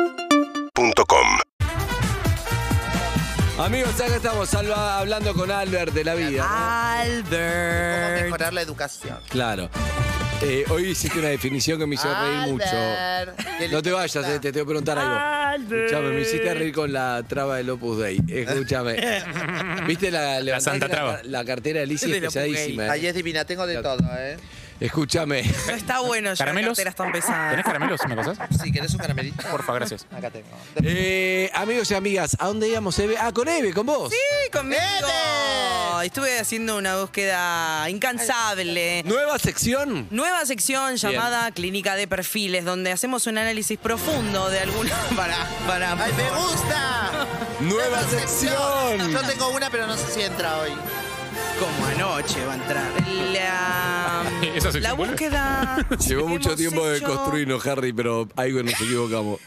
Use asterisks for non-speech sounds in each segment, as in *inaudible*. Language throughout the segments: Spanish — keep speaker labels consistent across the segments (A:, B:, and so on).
A: UrbanaPlayFM.com
B: Amigos, acá estamos Alba, hablando con Albert de la vida.
C: Ah.
B: ¿no?
C: Albert.
D: mejorar la educación.
B: Claro. Eh, hoy hiciste una definición que me hizo reír mucho. No te vayas, eh, te tengo que preguntar algo. Escuchame, me hiciste reír con la traba del Opus Dei. Escúchame.
C: *laughs*
B: ¿Viste la, levantaste
C: santa traba.
B: la cartera de
C: *laughs*
B: Lizzie
C: Del Opus Dei.
B: pesadísima?
D: Ahí
B: eh.
D: es divina, tengo de todo, ¿eh?
B: Escúchame.
C: No está bueno ya
E: ¿Caramelos?
C: las carteras tan
E: ¿Tenés
C: pesadas.
E: caramelos? ¿Me pasás?
D: Si querés un caramelito.
B: *laughs*
E: Porfa, gracias.
D: Acá tengo.
B: Eh, amigos y amigas, ¿a dónde íbamos, Eve? Ah, con Eve, con vos.
C: Sí, conmigo. Estuve haciendo una búsqueda incansable.
B: Nueva sección.
C: Nueva sección llamada Clínica de Perfiles, donde hacemos un análisis profundo de alguna. *laughs* Para, para.
D: ¡Ay, me gusta!
B: Nueva
D: Yo
B: sección.
D: tengo una, pero no sé si entra hoy.
C: Como anoche va a entrar. La,
E: ¿Esa sección
C: la
E: vuelve?
C: búsqueda.
B: Llevó mucho
C: hemos
B: tiempo de
C: hecho-
B: construirnos, Harry, pero algo nos equivocamos.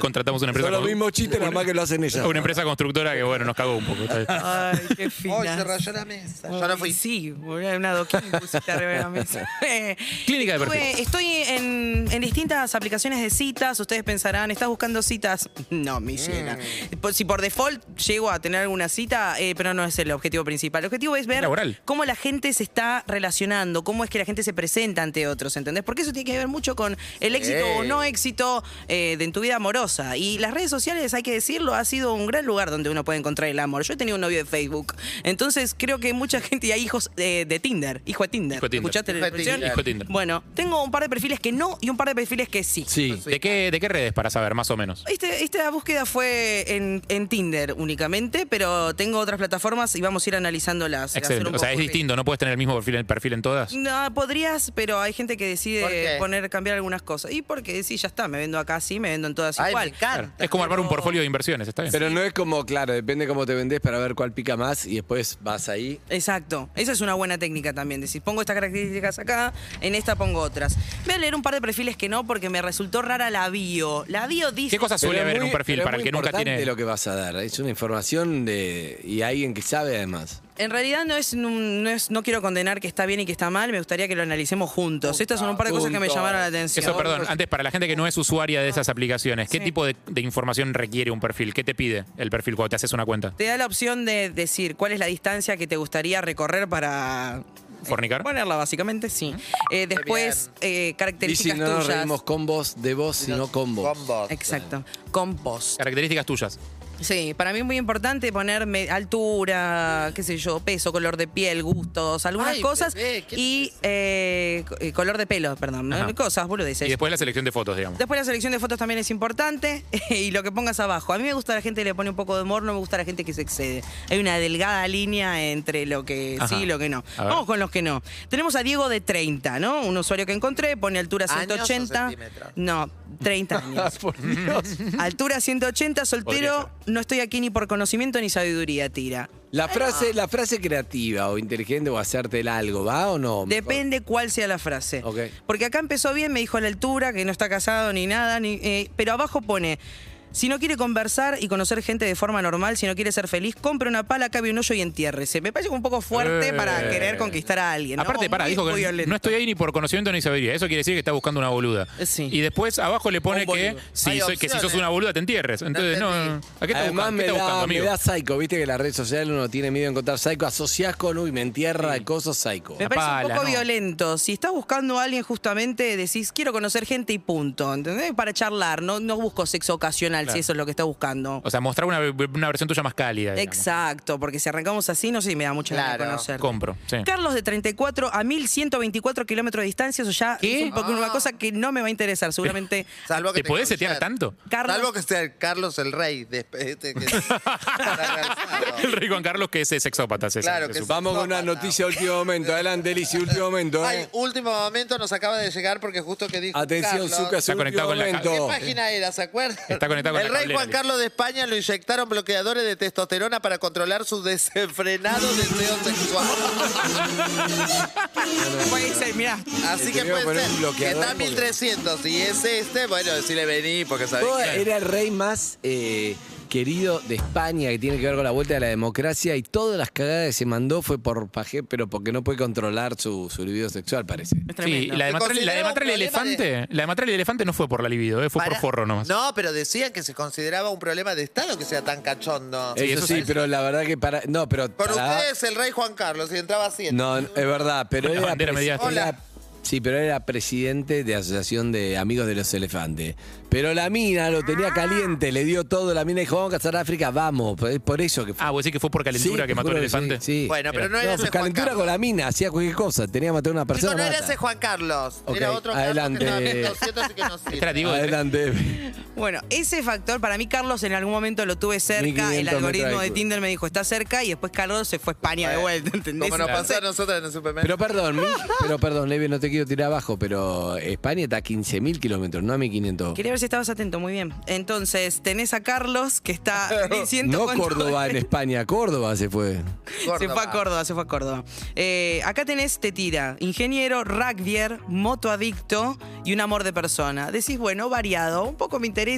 E: Contratamos una empresa,
B: Son los
E: con-
B: mismos chistes, nada más que lo hacen ellas.
E: una empresa constructora que, bueno, nos cagó un poco. está
B: *laughs*
E: bien.
C: Ay, qué fina.
D: Hoy se rayó la mesa. Yo
C: Ay,
D: no fui.
C: Sí, boludo, una doquín pusiste arriba de la mesa.
E: Clínica de
C: Estuve-
E: perfil.
C: Estoy en, en distintas aplicaciones de citas. Ustedes pensarán, ¿estás buscando citas? *laughs* No, me llena.
E: Mm.
C: Por- Si por default llego a tener alguna cita, eh, pero no es el objetivo principal. El objetivo es ver
E: Laboral.
C: cómo la gente se está relacionando, cómo es que la gente se presenta ante otros, ¿entendés? Porque eso tiene que ver mucho con el éxito o no éxito eh, de en tu vida amorosa. Y las redes sociales, hay que decirlo, ha sido un gran lugar donde uno puede encontrar el amor. Yo he tenido un novio de Facebook. Entonces creo que mucha gente y hay hijos eh, de Tinder, hijo de Tinder.
E: Hijo de Tinder.
C: ¿Escuchaste la
D: Hijo de
C: expresión?
D: Tinder.
E: Hijo de Tinder.
C: Bueno, tengo un par de perfiles que no y un par de perfiles que sí.
B: Sí.
E: ¿De qué, ¿De qué redes para saber, más o menos?
C: Este- esta búsqueda fue en, en Tinder únicamente, pero tengo otras plataformas y vamos a ir analizándolas. hacer
E: Excelente.
C: un
E: O sea,
C: poco
E: es
C: de-
E: distinto, no puedes tener el mismo perfil, el perfil en todas.
C: No, podrías, pero hay gente que
D: ¿Por qué?
C: decide poner, cambiar algunas cosas. Y porque sí, ya está, me vendo acá así, me vendo en todas
D: Ay, me
C: igual.
D: encanta.
E: Es como armar un portfolio de inversiones, ¿está bien?
B: Pero no es como, claro, depende cómo te vendés para ver cuál pica más y después vas ahí.
C: Exacto, esa es una buena técnica también. Decir, pongo estas características acá, en esta pongo otras. Voy a leer un par de perfiles que no, porque me resultó rara la bio. La bio dice.
E: ¿Qué cosas suele
B: Pero es
E: haber en
B: muy-
E: un perfil
B: pero es
E: para el
B: muy
E: que nunca
B: importante
E: tiene...?
B: lo que vas a dar. Es una información de y alguien que sabe además.
C: En realidad no es, un- no es- no quiero condenar que está bien y que está mal, me gustaría que lo analicemos juntos. Estas son un par de cosas que me
B: juntos.
C: llamaron la atención.
E: Eso, perdón, antes para la gente que no es usuaria de esas aplicaciones, ¿qué tipo de, de información requiere un perfil? ¿Qué te pide el perfil cuando te haces una cuenta?
C: Te da la opción de decir cuál es la distancia que te gustaría recorrer para. eh,
E: ¿Fornicar?
C: Ponerla, básicamente, sí. Eh, después, eh,
B: Y si
C: características
B: no nos
C: tuyas.
B: reímos con vos, de vos, sino con vos.
D: Combos.
C: Exacto. Compost.
E: Características tuyas.
C: Sí, para mí es muy importante ponerme altura, qué sé yo, peso, color de piel, gustos, algunas
D: Ay,
C: cosas.
D: bebé, ¿qué
C: y eh, co- eh, color de pelo, perdón. ¿no?
E: Ajá.
C: Cosas, vos lo
E: Y
C: dices.
E: después la selección de fotos, digamos.
C: Después la selección de fotos también es importante *laughs* y lo que pongas abajo. A mí me gusta la gente que le pone un poco de humor, no me gusta la gente que se excede. Hay una delgada línea entre lo que
E: Ajá.
C: sí y lo que no.
E: A ver.
C: Vamos con los que no. Tenemos a Diego de 30, ¿no? Un usuario que encontré, pone altura
D: ¿Años o
C: 180.
D: centímetros?
C: No, 30
E: *laughs*
C: años.
B: Por Dios.
C: altura 180, soltero, no estoy aquí ni por conocimiento ni sabiduría, tira.
B: La frase, la frase creativa o inteligente o hacerte el algo, ¿va o no?
C: Depende cuál sea la frase.
B: Ok.
C: Porque acá empezó bien, me dijo a la altura, que no está casado ni nada, ni- eh, pero abajo pone. Si no quiere conversar y conocer gente de forma normal, si no quiere ser feliz, compre una pala, cabe un hoyo y entiérrese. Me parece un poco fuerte
E: Eh.
C: para querer conquistar a alguien. ¿no?
E: Aparte, para,
C: Muy-
E: dijo que
C: muy violento.
E: no estoy ahí ni por conocimiento ni sabiduría. Eso quiere decir que está buscando una boluda.
C: Sí.
E: Y después abajo le pone
C: Un
E: que
C: boludo.
E: si,
D: Hay
E: soy- que si sos
D: opciones.
E: una boluda te entierres. Entonces, no.
D: entendí.
E: ¿A qué estás
B: Además
E: buscando? ¿Qué
B: me
E: estás
B: da,
E: buscando,
B: me
E: amigo?
B: da psycho, viste que en las redes sociales uno tiene miedo de encontrar psycho, asociás con uy, me entierra de cosas psycho.
C: Me
E: La
C: parece un
E: pala,
C: poco
E: no.
C: violento. Si estás buscando a alguien, justamente decís, quiero conocer gente y punto. ¿Entendés? Para charlar, no, no busco sexo ocasional, si eso es lo que estás buscando.
E: O sea, mostrar una, una versión tuya más cálida. digamos.
C: Exacto, porque si arrancamos así, no sé, me da mucha ganas de
D: Claro.
C: conocer.
E: Compro. Sí.
C: Carlos de 34 a 1124 kilómetros de distancia, eso ya
E: ¿Qué? Ah.
C: es un poco una cosa que no me va a interesar,
E: *laughs*
C: seguramente.
D: Salvo que
E: ¿Te podés
D: tenga un
E: setear
D: ser.
E: tanto?
C: Carlos-
D: Salvo que sea el Carlos el Rey. Después, este,
E: *laughs*
D: que-
E: *laughs* El rey Juan Carlos, que es eh, sexópata. se-
D: Claro
E: se
D: que
E: supone.
B: Vamos con una noticia de último momento. Adelante, Lizzy, último momento.
D: Ay,
B: eh.
D: último momento nos acaba de llegar porque justo que dijo.
B: Atención,
D: Carlos-
B: Zucca, su
E: Está
B: último
E: conectado con la ca-
B: momento.
D: ¿Qué página era? ¿Se acuerdan?
E: Está conectado con
D: El
E: la
D: rey
E: cablera,
D: Juan
E: dice.
D: Carlos de España lo inyectaron bloqueadores de testosterona para controlar su desenfrenado deseo sexual.
C: Puede ser, mirá.
D: Así que
B: Te voy a
D: puede
B: poner un
D: ser que
B: bloqueador
D: está
B: porque-
D: 1300 y es este, bueno, decirle vení porque sabés
B: Vos
D: que...
B: era el rey más eh, querido de España que tiene que ver con la vuelta de la democracia y todas las cagadas que se mandó fue por pajé, pero porque no puede controlar su, su libido sexual, parece.
C: Es
E: Sí,
C: tremendo.
E: la de
D: Se
E: matar, la de
D: considera un
E: matar el
D: problema
E: elefante. La de matar el elefante no fue por la libido, eh, fue por
D: Para-
E: forro nomás.
D: No, pero decían que se consideraba un problema de Estado que sea tan cachondo.
E: Sí,
B: eso
E: eso
B: sí,
E: sí.
B: pero la verdad que para. No, pero.
D: Por
B: para-
D: ustedes, el rey Juan Carlos, y entraba así.
B: No, es verdad, pero
E: La
B: era,
E: bandera
B: presi-
E: mediática.
B: era-
D: Hola.
B: Sí, pero era presidente de Asociación de Amigos de los Elefantes. Pero la mina lo tenía caliente, le dio todo. La mina dijo, vamos a cazar a África, vamos. Es por eso que fue.
E: Ah, vos decís que fue por calentura
B: Sí,
E: que mató al
B: juro sí,
E: elefante.
B: Sí,
D: Bueno, pero
E: Mira.
D: no era ese
B: pues,
D: Juan
B: calentura
D: Carlos.
B: con la mina, hacía cualquier cosa, tenía que matar a una
D: Chico,
B: persona.
D: no era
B: mata.
D: ese Juan Carlos.
B: Ok,
D: era otro
B: adelante.
D: Carlos que estaba haciendo 200 y que no sirve.
E: Espera, digo,
B: Adelante.
C: Bueno, ese factor, para mí Carlos en algún momento lo tuve cerca,
B: 1500
C: el algoritmo
B: metros de
C: de Tinder me dijo, está cerca, y después Carlos se fue a España de vuelta, ¿entendés?
D: Como nos
E: Claro.
D: pasó a nosotros en el supermercado.
B: Pero perdón, mi- pero perdón, Levi, no te quiero tirar abajo, pero España está a 15.000 kilómetros, no a 1.500.
C: Quería ver si estabas atento, muy bien. Entonces, tenés a Carlos, que
B: *laughs*
C: está...
B: No
C: 140
B: Córdoba en España, Córdoba se fue.
C: Se fue a Córdoba, se fue a Córdoba. Eh, acá tenés Tetira, ingeniero, rugbyer, motoadicto y un amor de persona. Decís, bueno, variado, un poco me interesa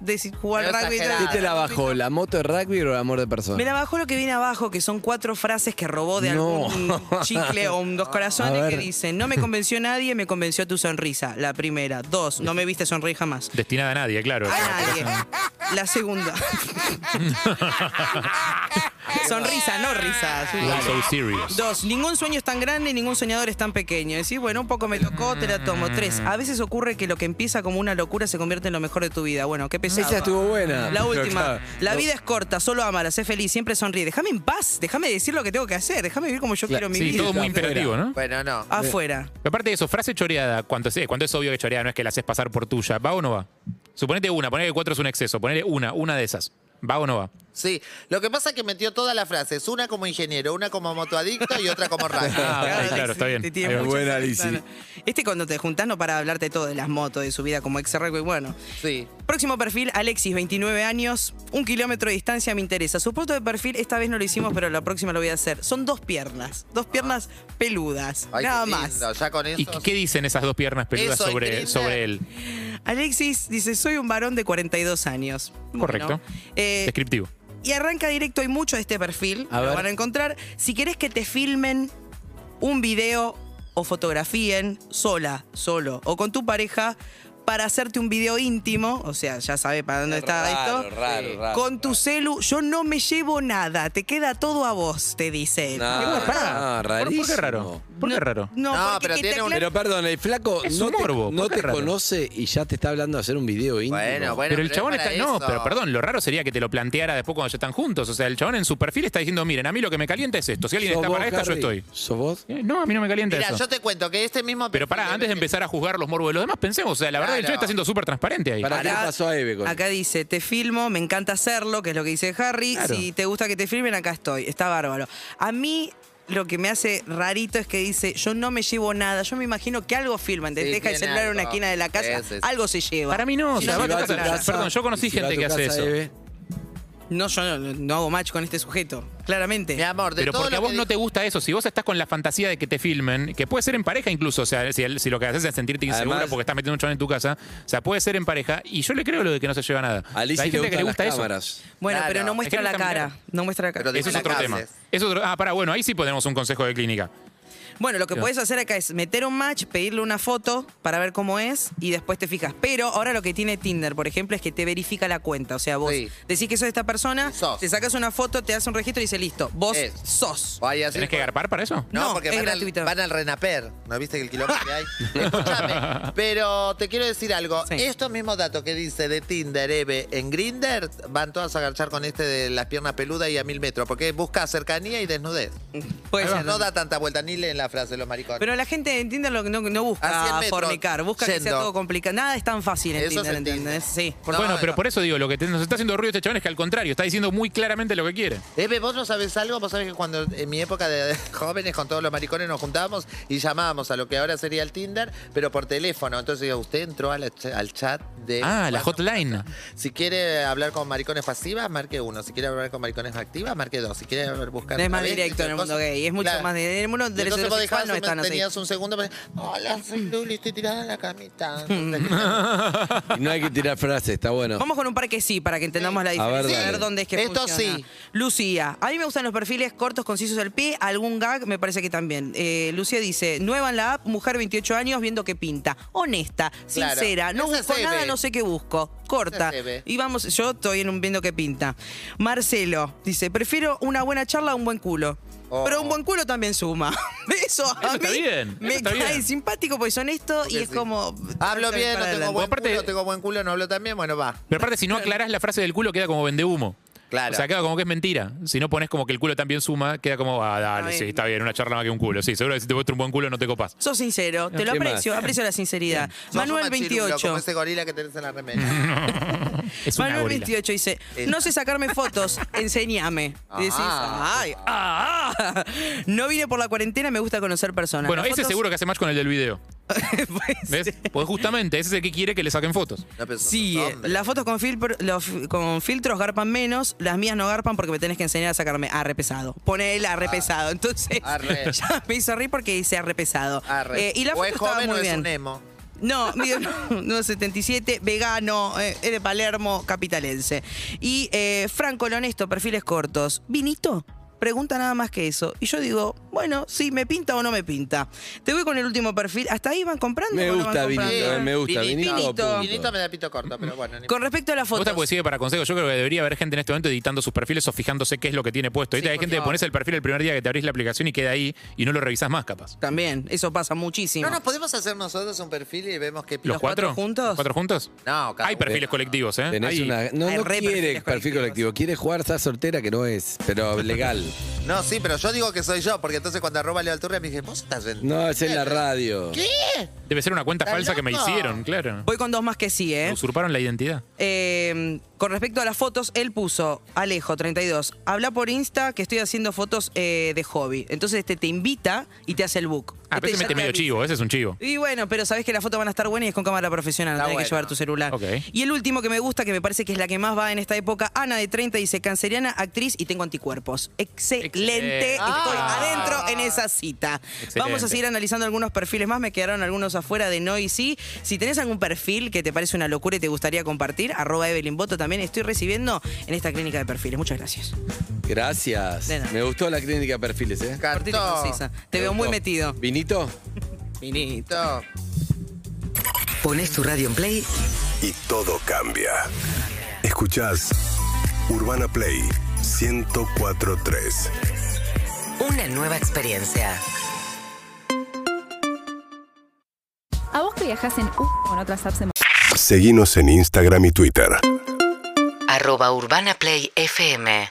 C: decís, jugar
D: Pero
C: rugby.
D: exagerado.
B: ¿Qué te la
D: Ah,
B: bajó? ¿La moto de rugby o el amor de persona?
C: Me la bajó lo que viene abajo, que son cuatro frases que robó de
B: No.
C: algún chicle o un dos
B: *laughs* A
C: corazones
B: ver.
C: que dicen, no me convenció nadie, me convenció tu sonrisa, la primera. Dos, no me viste sonreír jamás.
E: destinada a nadie, claro.
C: A nadie.
B: *laughs*
C: La segunda. sonrisa, no risa. sí.
E: Not so serious.
C: Dos, ningún sueño es tan grande, ningún soñador es tan pequeño. Decís, bueno, un poco me tocó, te la tomo. Tres, a veces ocurre que lo que empieza como una locura se convierte en lo mejor de tu vida. Bueno, qué pesado.
B: Esa estuvo buena.
C: La última.
B: Claro.
C: La
B: No,
C: vida es corta, solo amala, sé feliz, siempre sonríe. Déjame en paz, déjame decir lo que tengo que hacer, déjame vivir como yo
B: Claro,
C: quiero mi
E: Sí,
C: vida.
E: todo muy
B: Afuera.
E: imperativo, ¿no?
D: Bueno, no.
E: Ah.
C: Afuera.
E: Pero aparte de eso, frase choreada, cuando, sí, cuando es obvio que choreada no es que la haces pasar por tuya, ¿va o no va? Suponete una, ponele que cuatro es un exceso, ponele una, una de esas. ¿Va o no va?
D: Sí. Lo que pasa es que metió todas las frases. Una como ingeniero, una como motoadicto y otra
E: *laughs*
D: como
E: Ah,
D: rayo.
E: ok, claro, está bien.
C: Te tiene
E: Ahí va.
C: muchas
B: Buena,
C: alas,
B: Lizzy.
C: claro. Este cuando te juntás no para hablarte todo de las motos, de su vida como ex y bueno.
D: Sí.
C: Próximo perfil, Alexis, 29 años, un kilómetro de distancia me interesa. Su foto de perfil, esta vez no lo hicimos, pero la próxima lo voy a hacer. Son dos piernas, dos piernas peludas,
D: Ay, qué
C: nada
D: lindo,
C: más.
D: Ya con eso.
E: ¿Y qué dicen esas dos piernas peludas
D: Eso,
E: sobre,
D: Tinder.
E: sobre él?
C: Alexis dice, soy un varón de 42 años. Bueno,
E: Correcto.
C: eh,
E: Descriptivo.
C: y arranca directo, hay mucho de este perfil,
B: A
C: lo
B: ver.
C: van a encontrar. Si querés que te filmen un video o fotografíen sola, solo, o con tu pareja, para hacerte un video íntimo, o sea, ya sabe para dónde está
B: raro,
C: esto.
B: raro, raro,
C: con tu celu, yo no me llevo nada, te queda todo a vos, te dice él.
B: No, no,
E: ¿Por- ¿Por qué
B: rarísimo.
E: es raro? ¿Por qué es raro?
C: No,
D: No,
C: porque
D: pero
C: que te
D: tiene un-
C: aclare-
B: Pero perdón, el flaco
E: Es
B: no
E: un
B: te,
E: morbo,
B: no
E: ¿por qué
B: te
E: raro?
B: conoce y ya te está hablando de hacer un video íntimo.
D: Bueno, bueno.
E: pero el
D: pero es
E: chabón
D: para
E: está. No,
D: eso.
E: pero perdón, lo raro sería que te lo planteara después cuando ya están juntos. O sea, el chabón en su perfil está diciendo: Miren, a mí lo que me calienta es esto. Si alguien
B: ¿Sos
E: está
B: vos,
E: para esta, yo
B: Harry?
E: estoy.
B: ¿Sos vos?
E: Eh, No, a mí no me calienta
D: Mira,
E: eso.
D: yo te cuento que este mismo.
E: Pero pará,
D: perfil
E: antes de empezar a juzgar los morbos de los demás, pensemos. O sea, la verdad, el
D: Claro.
E: chabón está siendo súper transparente ahí.
B: ¿Para qué le
C: Acá-
B: pasó a Eve con
C: Acá dice, te filmo, me encanta hacerlo, que es lo que dice Harry.
E: Claro.
C: Si te gusta que te filmen, acá estoy. Está bárbaro. A mí lo que me hace rarito es que dice, yo no me llevo nada. Yo me imagino que algo filman. Te
D: Sí,
C: deja el
D: tiene
C: celular en una
D: algo.
C: esquina de la casa,
D: Sí, sí, sí.
C: algo se lleva.
E: Para mí no, o
C: Si
E: sea, va
C: me
E: a tu
C: llevo
E: casa,
C: nada.
E: perdón, yo conocí
B: y si va
E: gente
B: a tu
E: que hace
B: casa,
E: eso.
B: Eve,
C: No, yo no, no hago match con este sujeto, claramente.
D: Mi amor, de
E: Pero
D: todo
E: porque a
D: lo
E: vos
D: que
E: no te
D: dijo-
E: gusta eso, si vos estás con la fantasía de que te filmen, que puede ser en pareja incluso, o sea, si, si lo que haces es sentirte insegura
B: Además-
E: porque estás metiendo un chon en tu casa, o sea, puede ser en pareja, y yo le creo lo de que no se lleva nada.
B: A
E: O sea,
B: Lizzy
E: hay
B: le
E: gente que
B: gustan las
E: le gusta eso.
B: cámaras.
C: Bueno,
D: Claro.
C: pero no muestra
E: que
C: la
E: no está
C: cara.
E: mirando.
C: No muestra la
D: Pero
C: cara.
D: de-
E: Eso es
D: las
E: otro tema.
D: cases.
E: Es otro- ah, pará, bueno, ahí sí ponemos un consejo de clínica.
C: Bueno, lo que puedes hacer acá es meter un match, pedirle una foto para ver cómo es y después te fijas. Pero ahora lo que tiene Tinder, por ejemplo, es que te verifica la cuenta. O sea, vos
D: Sí.
C: decís que sos esta persona,
D: Y sos.
C: te sacas una foto, te hace un registro y dice listo, vos
D: Es.
C: sos.
D: Ay, así
E: ¿Tenés que
D: fue.
E: garpar para eso?
D: No,
C: No,
D: porque
C: es
D: van al,
C: gratuito.
D: van al Renaper. ¿No viste que el quilombo que
E: *laughs*
D: hay? Escúchame, pero te quiero decir algo.
C: Sí.
D: Estos mismos datos que dice de Tinder, Eve, en Grinder, van todas a agarchar con este de las piernas peludas y a mil metros, porque busca cercanía y desnudez.
C: Puede
D: Pero
C: ser.
D: no da tanta vuelta, ni leen la frase de los maricones.
C: Pero la gente en Tinder lo que no, no
D: A cien
C: busca
D: metros,
C: fornicar, busca que sea
D: yendo.
C: todo complicado. Nada es tan fácil en
D: Eso
C: Tinder,
D: se entiende.
C: ¿entendés? Sí.
D: No,
E: bueno, pero
D: no.
E: por eso digo, lo que te- nos está haciendo ruido este chabón es que al contrario, está diciendo muy claramente lo que quiere.
D: Eve, vos no sabés algo, vos sabés que cuando en mi época de *laughs* jóvenes con todos los maricones nos juntábamos y llamábamos a lo que ahora sería el Tinder, pero por teléfono. Entonces digo, usted entró a la ch- al chat de...
E: Ah, la
D: Bueno,
E: hotline.
D: Si quiere hablar con maricones pasivas, marque uno. Si quiere hablar con maricones activas, marque dos. Si quiere buscar...
C: No es más
D: travestis
C: directo en
D: o
C: el mundo
D: cosas-
C: gay, es mucho
D: Claro.
C: más de, en el mundo
D: Y
C: de
D: entonces
C: los
D: vos
C: sexual
D: dejabas,
C: no es tan así.
D: tenías un segundo para decir, hola,
C: *laughs*
D: soy Luli, estoy tirada en la camita.
B: Y no hay que tirar frases, está bueno.
C: Vamos con un par que sí, para que entendamos la
B: A ver,
C: diferencia. A ver,
B: dale.
C: dónde es que
D: Esto
C: funciona.
D: sí.
C: Lucía, a mí me gustan los perfiles cortos, concisos al pie, algún gag me parece que también. Eh, Lucía dice, nueva en la app, mujer 28 años, viendo qué pinta. Honesta,
D: Claro.
C: sincera, no
D: Esa
C: busco
D: se
C: nada,
D: ve.
C: no sé qué busco. Corta.
D: Esa se ve.
C: Y vamos, yo estoy en un viendo qué pinta. Marcelo dice, prefiero una buena charla a un buen culo.
D: Oh.
C: Pero un buen culo también suma. *laughs* Eso a mí
E: Eso está bien,
C: me
E: eso está
C: cae
E: bien.
C: simpático porque son esto y
D: Sí,
C: es
D: sí.
C: como...
D: Hablo bien, no
C: Para
D: tengo
C: adelante.
D: buen
E: Aparte-
D: culo, tengo buen culo, no hablo tan bien, bueno, va.
E: Pero aparte, si no aclarás la frase del culo, queda como vende humo.
D: Claro.
E: O sea, queda como que es mentira. Si no pones como que el culo también suma, queda como, ah, dale,
C: Ay.
E: sí, está bien, una charla más que un culo. Sí, seguro que si te muestra un buen culo no te copas.
C: Sos sincero, te lo
B: ¿Qué más?
C: aprecio, aprecio la sinceridad.
D: Sos
C: Manuel
D: un machirulo,
C: 28.
D: Como ese gorila que tenés en la remera.
E: Es una
C: Manuel
E: gorila.
C: 28 dice, no sé sacarme fotos,
D: *laughs*
C: enséñame. Y decís,
D: Ah.
C: ay, ah, no vine por la cuarentena, me gusta conocer personas.
E: Bueno,
C: Las
E: ese
C: fotos- *laughs*
E: seguro que hace match con el del video.
C: Pues,
E: ¿Ves? Pues justamente, ese es el que quiere que le saquen fotos.
D: No, pero sos
C: Sí,
D: un
C: eh,
D: hombre.
C: las fotos con, filtro- los fi- con filtros garpan menos, las mías no garpan porque me tenés que enseñar a sacarme arre pesado. Pone él arre pesado, entonces
D: Ah,
C: *laughs*
D: Arre.
C: ya me hizo reír porque dice arre pesado.
D: Arre.
C: Eh, y la
D: Ah, o
C: foto
D: es
C: estaba
D: joven
C: muy
D: o es
C: bien.
D: un emo.
C: No, mide *laughs* 1,77, vegano, eh, es de Palermo, capitalense. Y eh, Franco lo honesto, perfiles cortos. ¿Vinito? Pregunta nada más que eso. Y yo digo, bueno, sí, ¿me pinta o no me pinta? Te voy con el último perfil. ¿Hasta ahí van comprando?
B: Me
C: o no van
B: gusta
C: comprando?
B: Vinito, eh, me gusta. Vinito,
D: Vinito.
C: Vinito.
B: punto.
D: Vinito me da pito corto, pero bueno. ni-
C: Con respecto a las
E: Me gusta
C: fotos.
E: porque sirve para consejos. Yo creo que debería haber gente en este momento editando sus perfiles o fijándose qué es lo que tiene puesto. Ahorita
C: Sí,
E: hay
C: por
E: gente que
C: favor.
E: pones el perfil el primer día que te abrís la aplicación y queda ahí y no lo revisás más, capaz.
C: También, eso pasa muchísimo.
D: No nos podemos hacer nosotros un perfil y vemos qué
E: ¿Los,
C: ¿Los
E: cuatro?
C: cuatro juntos?
E: ¿Los cuatro juntos?
D: No, cada
E: Hay
D: uno.
E: perfiles colectivos, ¿eh?
B: Tenés
E: Hay-
B: una- no
C: Hay
B: no
C: re
B: quiere
C: perfiles
B: perfil
C: colectivos.
B: colectivo, quiere jugar, está soltera que no es, pero legal.
D: No, sí, pero yo digo que soy yo, porque entonces cuando arroba Leo Alturria me dije, vos estás en...
B: No, es en la radio.
E: Debe ser una cuenta
D: ¿Estás
E: falsa que me
D: loco?
E: hicieron, claro.
C: Voy con dos más que sí,
E: Me
C: ¿eh?
E: usurparon la identidad.
C: Eh, con respecto a las fotos, él puso, Alejo, 32, habla por Insta que estoy haciendo fotos eh, de hobby. Entonces este te invita y te hace el book.
E: Ah,
C: Este
E: pero ese
C: ya
E: mete
C: te
E: medio
C: avisa.
E: chivo, ese es un chivo.
C: Y bueno, pero sabés que las fotos van a estar buenas y es con cámara profesional, no
D: Está
C: tenés que
D: bueno.
C: llevar tu celular.
E: Ok.
C: Y el último que me gusta, que me parece que es la que más va en esta época, Ana de 30 dice, canceriana, actriz y tengo anticuerpos. Excelente,
E: Excelente.
C: estoy
E: Ah.
C: adentro en esa cita.
E: Excelente.
C: Vamos a seguir analizando algunos perfiles más, me quedaron algunos afuera de no y sí. Si tenés algún perfil que te parece una locura y te gustaría compartir, arroba Evelyn Boto también estoy recibiendo en esta clínica de perfiles. Muchas gracias.
B: Gracias.
C: De nada.
B: Me gustó la clínica de perfiles, ¿eh?
C: Cortita y
D: Cartó.
C: concisa. Te veo muy
B: gustó.
C: metido.
B: ¿Vinito?
C: Vinito.
D: Cartó.
A: Pones tu radio en play
F: y todo cambia. Escuchás Urbana Play 1043.
A: una nueva experiencia.
G: A vos que viajás en U o en otras apps de
F: Seguinos en Instagram y Twitter.
A: Arroba Urbana Play FM